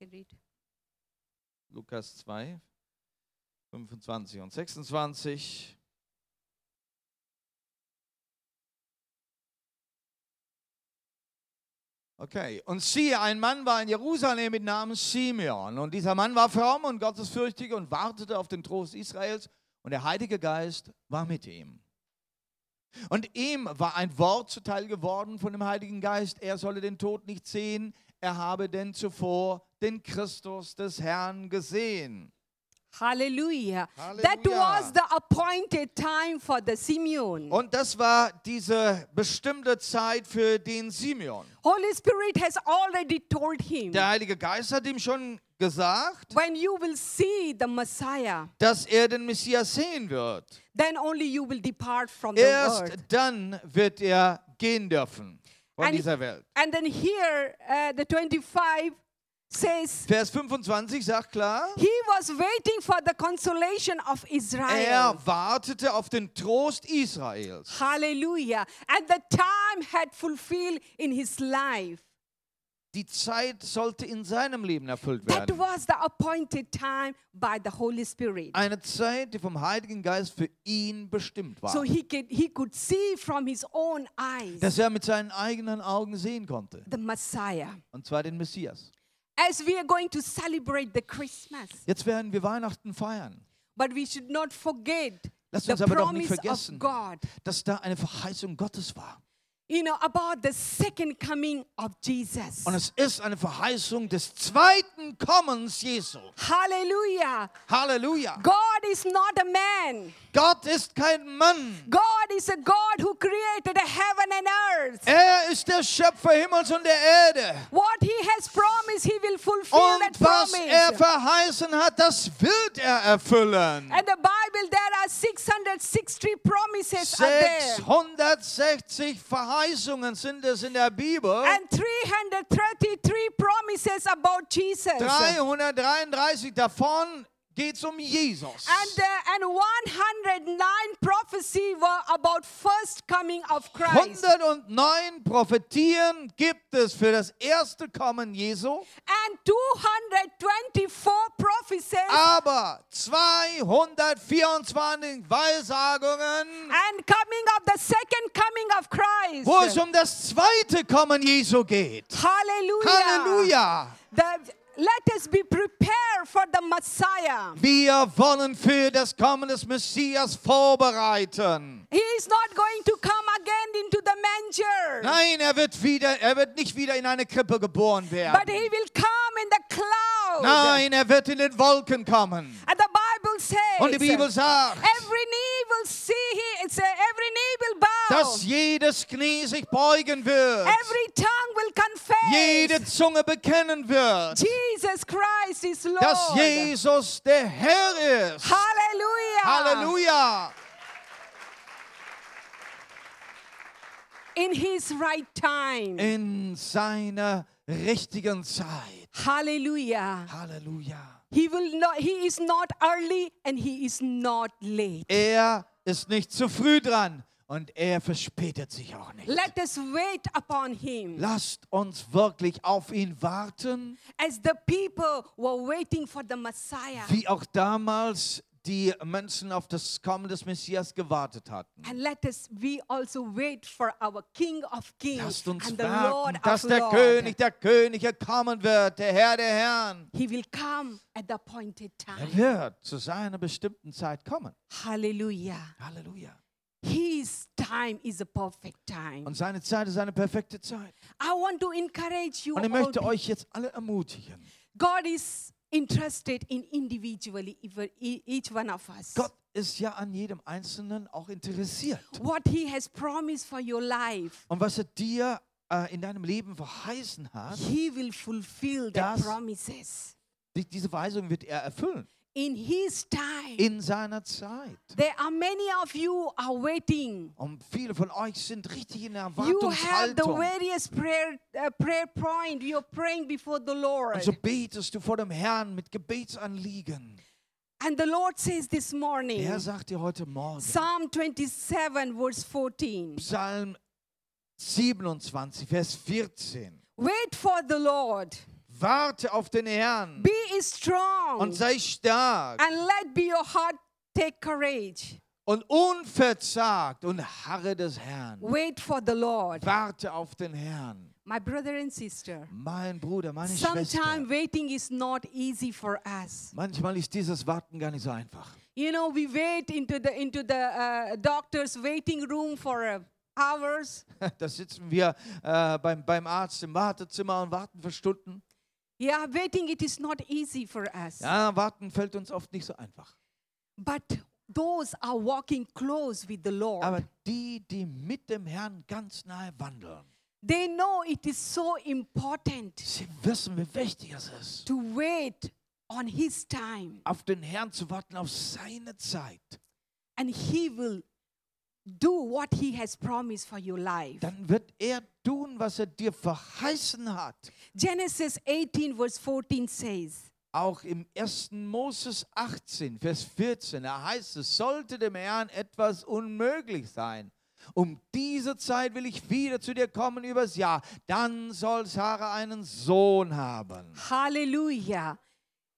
S1: you can read.
S2: Lukas 2, 25 und 26. Okay, und siehe, ein Mann war in Jerusalem mit Namen Simeon. Und dieser Mann war fromm und gottesfürchtig und wartete auf den Trost Israels. Und der Heilige Geist war mit ihm. Und ihm war ein Wort zuteil geworden von dem Heiligen Geist, er solle den Tod nicht sehen, er habe denn zuvor den Christus des Herrn gesehen.
S1: Hallelujah. That was
S2: Hallelujah.
S1: the appointed time for the Simeon.
S2: Und das war diese bestimmte Zeit für den Simeon.
S1: Holy Spirit has already told him
S2: Der Heilige Geist hat ihm schon gesagt,
S1: when you will see the Messiah,
S2: dass er den Messias sehen wird.
S1: then only you will depart from the
S2: Erst
S1: world.
S2: dann wird er gehen dürfen von
S1: Ein-
S2: dieser Welt.
S1: And then here, uh, the 25 says,
S2: Vers 25 sagt klar,
S1: He was waiting for the consolation of Israel.
S2: er wartete auf den Trost Israels.
S1: Hallelujah. And the time had fulfilled in his life.
S2: Die Zeit sollte in seinem Leben erfüllt
S1: That
S2: werden.
S1: was the appointed time by the Holy Spirit.
S2: Eine Zeit, die vom Heiligen Geist für ihn bestimmt war.
S1: So he could, he could see from his own eyes
S2: Dass er mit seinen eigenen Augen sehen konnte.
S1: the Messiah.
S2: Und zwar den Messias.
S1: As we are going to celebrate the Christmas,
S2: Jetzt werden wir Weihnachten feiern.
S1: but we should not forget
S2: Lasst
S1: the
S2: uns aber doch nicht
S1: promise
S2: vergessen,
S1: of God,
S2: dass da eine Verheißung Gottes war.
S1: you know, about the second coming of Jesus.
S2: Und es ist eine Verheißung des zweiten Kommens Jesu.
S1: Hallelujah.
S2: Halleluja.
S1: God is not a man.
S2: Gott ist kein Mann.
S1: God is a God who created the heaven and earth.
S2: Er ist der Schöpfer Himmels und der Erde.
S1: What he has promised, he will fulfill that
S2: Und was er
S1: promise.
S2: verheißen hat, das wird er erfüllen.
S1: And the Bible, there are 660 promises are there.
S2: 660 Verheißungen sind es in der Bibel.
S1: And 333 promises about Jesus.
S2: 333 davon geht es um Jesus.
S1: And, uh, and 109 prophecy were about first coming of Christ.
S2: 109 Prophetien gibt es für das erste Kommen Jesu,
S1: And 224 prophecies
S2: Ah. aber 224 Weisagungen,
S1: and coming of the second coming of Christ.
S2: wo es um das zweite Kommen Jesu geht.
S1: Hallelujah.
S2: Halleluja!
S1: The- let us be prepared for the Messiah.
S2: Wir wollen für das Kommen des Messias vorbereiten.
S1: He is not going to come again into the manger.
S2: Nein, er wird, wieder, er wird nicht wieder in eine Krippe geboren
S1: But
S2: werden.
S1: he will come in the cloud.
S2: Nein, er wird in den Wolken kommen.
S1: And the Bible says.
S2: Und die Bibel sagt,
S1: Every knee will see him. It's a- every knee will bow.
S2: dass jedes Knie sich beugen wird,
S1: every tongue will confess.
S2: jede Zunge bekennen wird,
S1: Jesus Christ is Lord.
S2: dass Jesus der Herr ist.
S1: Hallelujah.
S2: Halleluja!
S1: In his right time.
S2: In seiner richtigen Zeit.
S1: Hallelujah.
S2: Halleluja!
S1: He will not he is not early and he is not late.
S2: Er ist nicht zu früh dran und er verspätet sich auch nicht.
S1: Let us wait upon him.
S2: Lasst uns wirklich auf ihn warten,
S1: As the people were waiting for the Messiah.
S2: wie auch damals die Menschen auf das Kommen des Messias gewartet hatten.
S1: And let us we also wait for our King of Kings
S2: Lasst uns
S1: and the Lord
S2: warten,
S1: of
S2: dass der
S1: Lords.
S2: König der Könige kommen wird, der Herr der Herren.
S1: He will come at the appointed
S2: Er
S1: time.
S2: wird zu seiner bestimmten Zeit kommen.
S1: Hallelujah.
S2: Halleluja.
S1: His time is a perfect time.
S2: Und seine Zeit ist eine perfekte Zeit.
S1: I want to encourage you.
S2: Und ich
S1: all
S2: möchte euch jetzt alle ermutigen.
S1: God is interested in individually ev- e- each one of us.
S2: Gott ist ja an jedem Einzelnen auch interessiert.
S1: What He has promised for your life,
S2: Und was er dir äh, in deinem Leben verheißen hat,
S1: He will fulfill the
S2: Das-
S1: promises
S2: die- diese Weisung wird er erfüllen.
S1: in His time.
S2: In seiner Zeit.
S1: there are many of you are waiting.
S2: Und viele von euch sind richtig in der
S1: You have the
S2: Erwartungshaltung.
S1: various prayer uh, prayer point. You're praying before the Lord,
S2: Und so Also betest du vor dem Herrn mit Gebetsanliegen.
S1: and the Lord says this morning,
S2: Er sagt dir heute Morgen,
S1: Psalm 27, verse 14.
S2: Psalm 27, Vers 14.
S1: Wait for the Lord.
S2: Warte auf den Herrn
S1: Be strong.
S2: und sei stark
S1: and let be your heart take courage.
S2: und unverzagt und harre des Herrn.
S1: Wait for the Lord.
S2: Warte auf den Herrn.
S1: My brother and sister,
S2: Mein Bruder, meine Schwester.
S1: sometimes waiting is not easy for us.
S2: Manchmal ist dieses Warten gar nicht so einfach.
S1: You know, we wait into the into the uh, doctor's waiting room for uh, hours.
S2: Da sitzen wir äh, beim, beim Arzt im Wartezimmer und warten für Stunden.
S1: Yeah, waiting it is not easy for us.
S2: Ja, warten fällt uns oft nicht so einfach.
S1: But those are walking close with the Lord.
S2: Aber die, die mit dem Herrn ganz nahe wandeln,
S1: they know it is so important
S2: sie wissen, wie wichtig es ist.
S1: to wait on his time
S2: auf den Herrn zu warten, auf seine Zeit,
S1: and he will do what he has promised for your life.
S2: dann wird er tun, was er dir verheißen hat.
S1: Genesis 18, verse 14 says,
S2: Auch im 1. Moses 18, Vers 14, da heißt es, sollte dem Herrn etwas unmöglich sein. Um diese Zeit will ich wieder zu dir kommen übers Jahr. Dann soll Sarah einen Sohn haben.
S1: Hallelujah.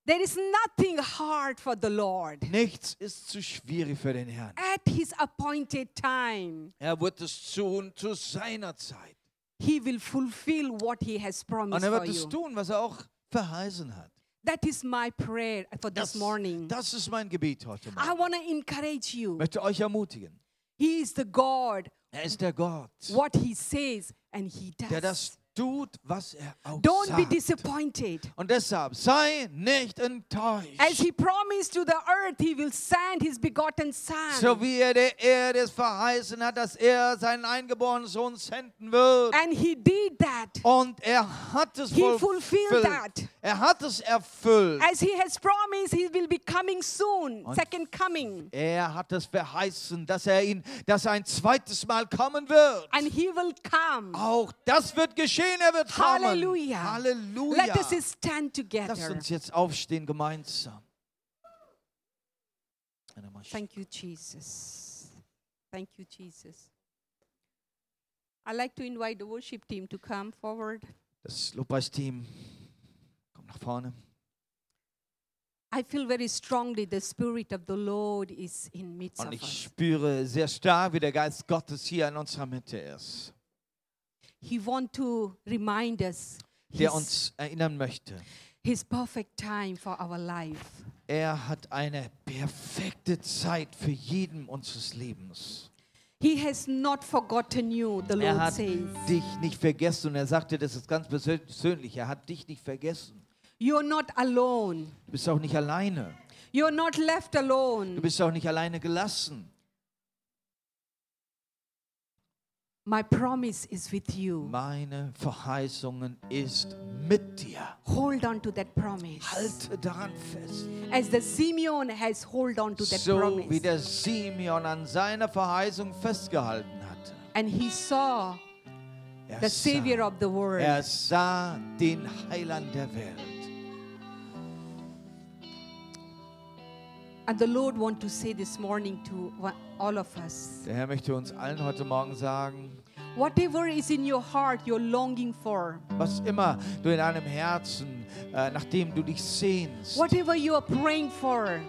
S1: There is nothing hard for the Lord.
S2: Nichts ist zu schwierig für den Herrn.
S1: At his appointed time,
S2: Er wird es tun zu seiner Zeit.
S1: he will fulfill what he has
S2: Und
S1: promised
S2: er
S1: for
S2: wird es
S1: you.
S2: tun, was er auch verheißen hat.
S1: That is my prayer for this morning.
S2: das ist mein Gebet heute
S1: I
S2: Morgen.
S1: want to encourage
S2: Ich
S1: you.
S2: möchte euch ermutigen.
S1: He is the God,
S2: Er ist der Gott,
S1: what he says and he
S2: der
S1: does.
S2: das tut, was er auch
S1: Don't be
S2: sagt.
S1: disappointed.
S2: Und deshalb sei nicht enttäuscht.
S1: As he promised to the earth, he will send his begotten son.
S2: So wie er der Erde es verheißen hat, dass er seinen eingeborenen Sohn senden wird.
S1: And he did that.
S2: Und er hat es
S1: He fulfilled that.
S2: vollfüllt. Er hat es erfüllt.
S1: As he has promised, he will be coming soon,
S2: Und-
S1: second coming.
S2: Er hat es verheißen, dass er ihn, dass er ein zweites Mal kommen wird.
S1: And he will come.
S2: Auch das wird geschehen, er wird kommen.
S1: Hallelujah.
S2: Halleluja.
S1: Let us stand
S2: Lasst
S1: together.
S2: uns jetzt aufstehen gemeinsam.
S1: Thank you, Jesus. Thank you, Jesus. I'd like to invite the worship team to come forward.
S2: Das Lobpreisteam kommt nach vorne.
S1: I feel very strongly the Spirit of the Lord is in midst
S2: Und
S1: of
S2: ich
S1: us.
S2: spüre sehr stark, wie der Geist Gottes hier in unserer Mitte ist,
S1: He wants to remind us
S2: der
S1: his,
S2: uns erinnern möchte.
S1: his perfect time for our life.
S2: Er hat eine perfekte Zeit für jeden unseres Lebens.
S1: He has not forgotten you, the
S2: Er
S1: Lord
S2: hat
S1: says.
S2: dich nicht vergessen und er sagte, das ist ganz persö- persönlich, er hat dich nicht vergessen.
S1: You're not alone.
S2: Du bist auch nicht alleine.
S1: You're not left
S2: Du
S1: alone.
S2: bist auch nicht alleine gelassen.
S1: My promise is with you.
S2: Meine Verheißungen ist mit dir.
S1: Hold on to that promise.
S2: Halte daran fest.
S1: As the Simeon has hold on to that
S2: So wie
S1: promise.
S2: der Simeon an seiner Verheißung festgehalten hatte.
S1: And he saw
S2: Er
S1: the Savior
S2: sah,
S1: of the world.
S2: er sah den Heiland der Welt.
S1: And the Lord want to say this morning to wa- all of us
S2: Der Herr möchte uns allen heute Morgen sagen,
S1: whatever is in your heart you're longing for,
S2: was immer du in deinem Herzen, äh, nach dem du dich sehnst
S1: whatever you are praying for,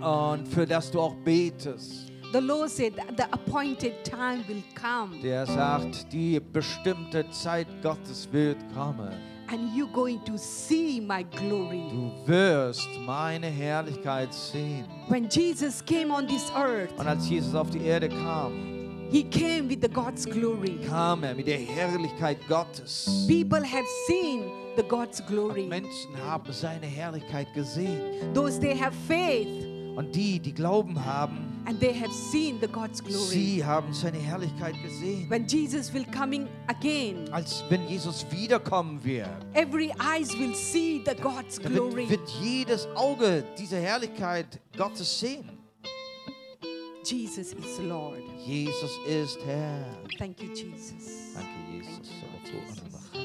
S2: und für das du auch betest,
S1: the Lord said that the appointed time will come
S2: der sagt, die bestimmte Zeit Gottes wird kommen.
S1: and you're going to see my glory.
S2: Du wirst meine Herrlichkeit sehen.
S1: When Jesus came on this earth,
S2: Und als Jesus auf die Erde kam,
S1: he came with the God's glory.
S2: kam er mit der Herrlichkeit Gottes.
S1: People have seen the God's glory.
S2: Menschen haben seine Herrlichkeit gesehen.
S1: Those they have faith
S2: Und die, die Glauben haben,
S1: and they have seen the God's glory.
S2: sie haben seine Herrlichkeit gesehen.
S1: When Jesus will coming again,
S2: Als wenn Jesus wiederkommen wird,
S1: every eyes will see the God's
S2: dann wird,
S1: glory.
S2: wird jedes Auge diese Herrlichkeit Gottes sehen.
S1: Jesus is Lord.
S2: Jesus ist Herr.
S1: Thank you, Jesus.
S2: Danke, Jesus.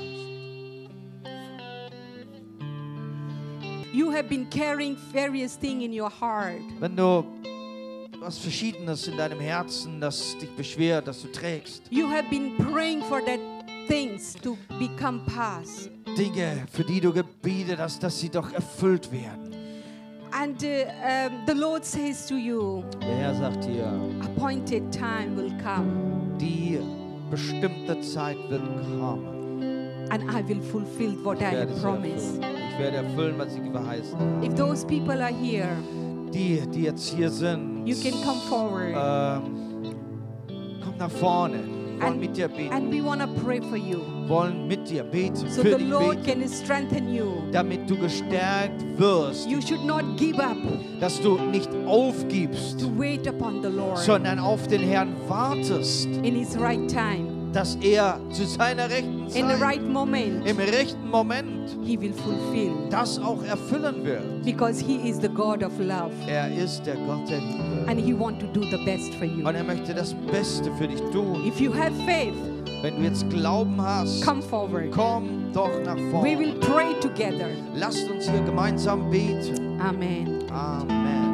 S1: You have been carrying various things in your heart.
S2: Wenn du was Verschiedenes in deinem Herzen, das dich beschwert, das du trägst,
S1: You have been praying for that things to become past.
S2: Dinge, für die du gebetet hast, dass sie doch erfüllt werden.
S1: And uh, um, the Lord says to you,
S2: Der Herr sagt dir,
S1: appointed time will come
S2: die bestimmte Zeit wird kommen.
S1: and I will fulfill what
S2: Ich
S1: I
S2: werde,
S1: have
S2: sie
S1: promised.
S2: erfüllen. ich werde erfüllen, was ich verheißen habe.
S1: If those people are here,
S2: Die, die jetzt hier sind,
S1: you can come forward
S2: ähm, komm nach vorne. Wir wollen
S1: And-
S2: mit dir beten.
S1: and we want to pray for you.
S2: Wir wollen mit dir beten.
S1: So
S2: für
S1: the
S2: dich
S1: Lord
S2: beten,
S1: can strengthen you.
S2: damit du gestärkt wirst,
S1: You should not give up
S2: dass du nicht aufgibst,
S1: to wait upon the Lord
S2: sondern auf den Herrn wartest,
S1: in His right time,
S2: dass er zu seiner rechten Zeit
S1: in the right
S2: im
S1: moment.
S2: rechten Moment
S1: He will fulfill
S2: das auch erfüllen wird.
S1: because He is the God of love
S2: Er ist der Gott der Liebe
S1: and He wants to do the best for you.
S2: und er möchte das Beste für dich tun.
S1: If you have faith,
S2: Wenn du jetzt Glauben hast,
S1: come forward.
S2: komm doch nach
S1: We
S2: vorne.
S1: will pray together.
S2: Lasst uns hier gemeinsam beten.
S1: Amen.
S2: Amen.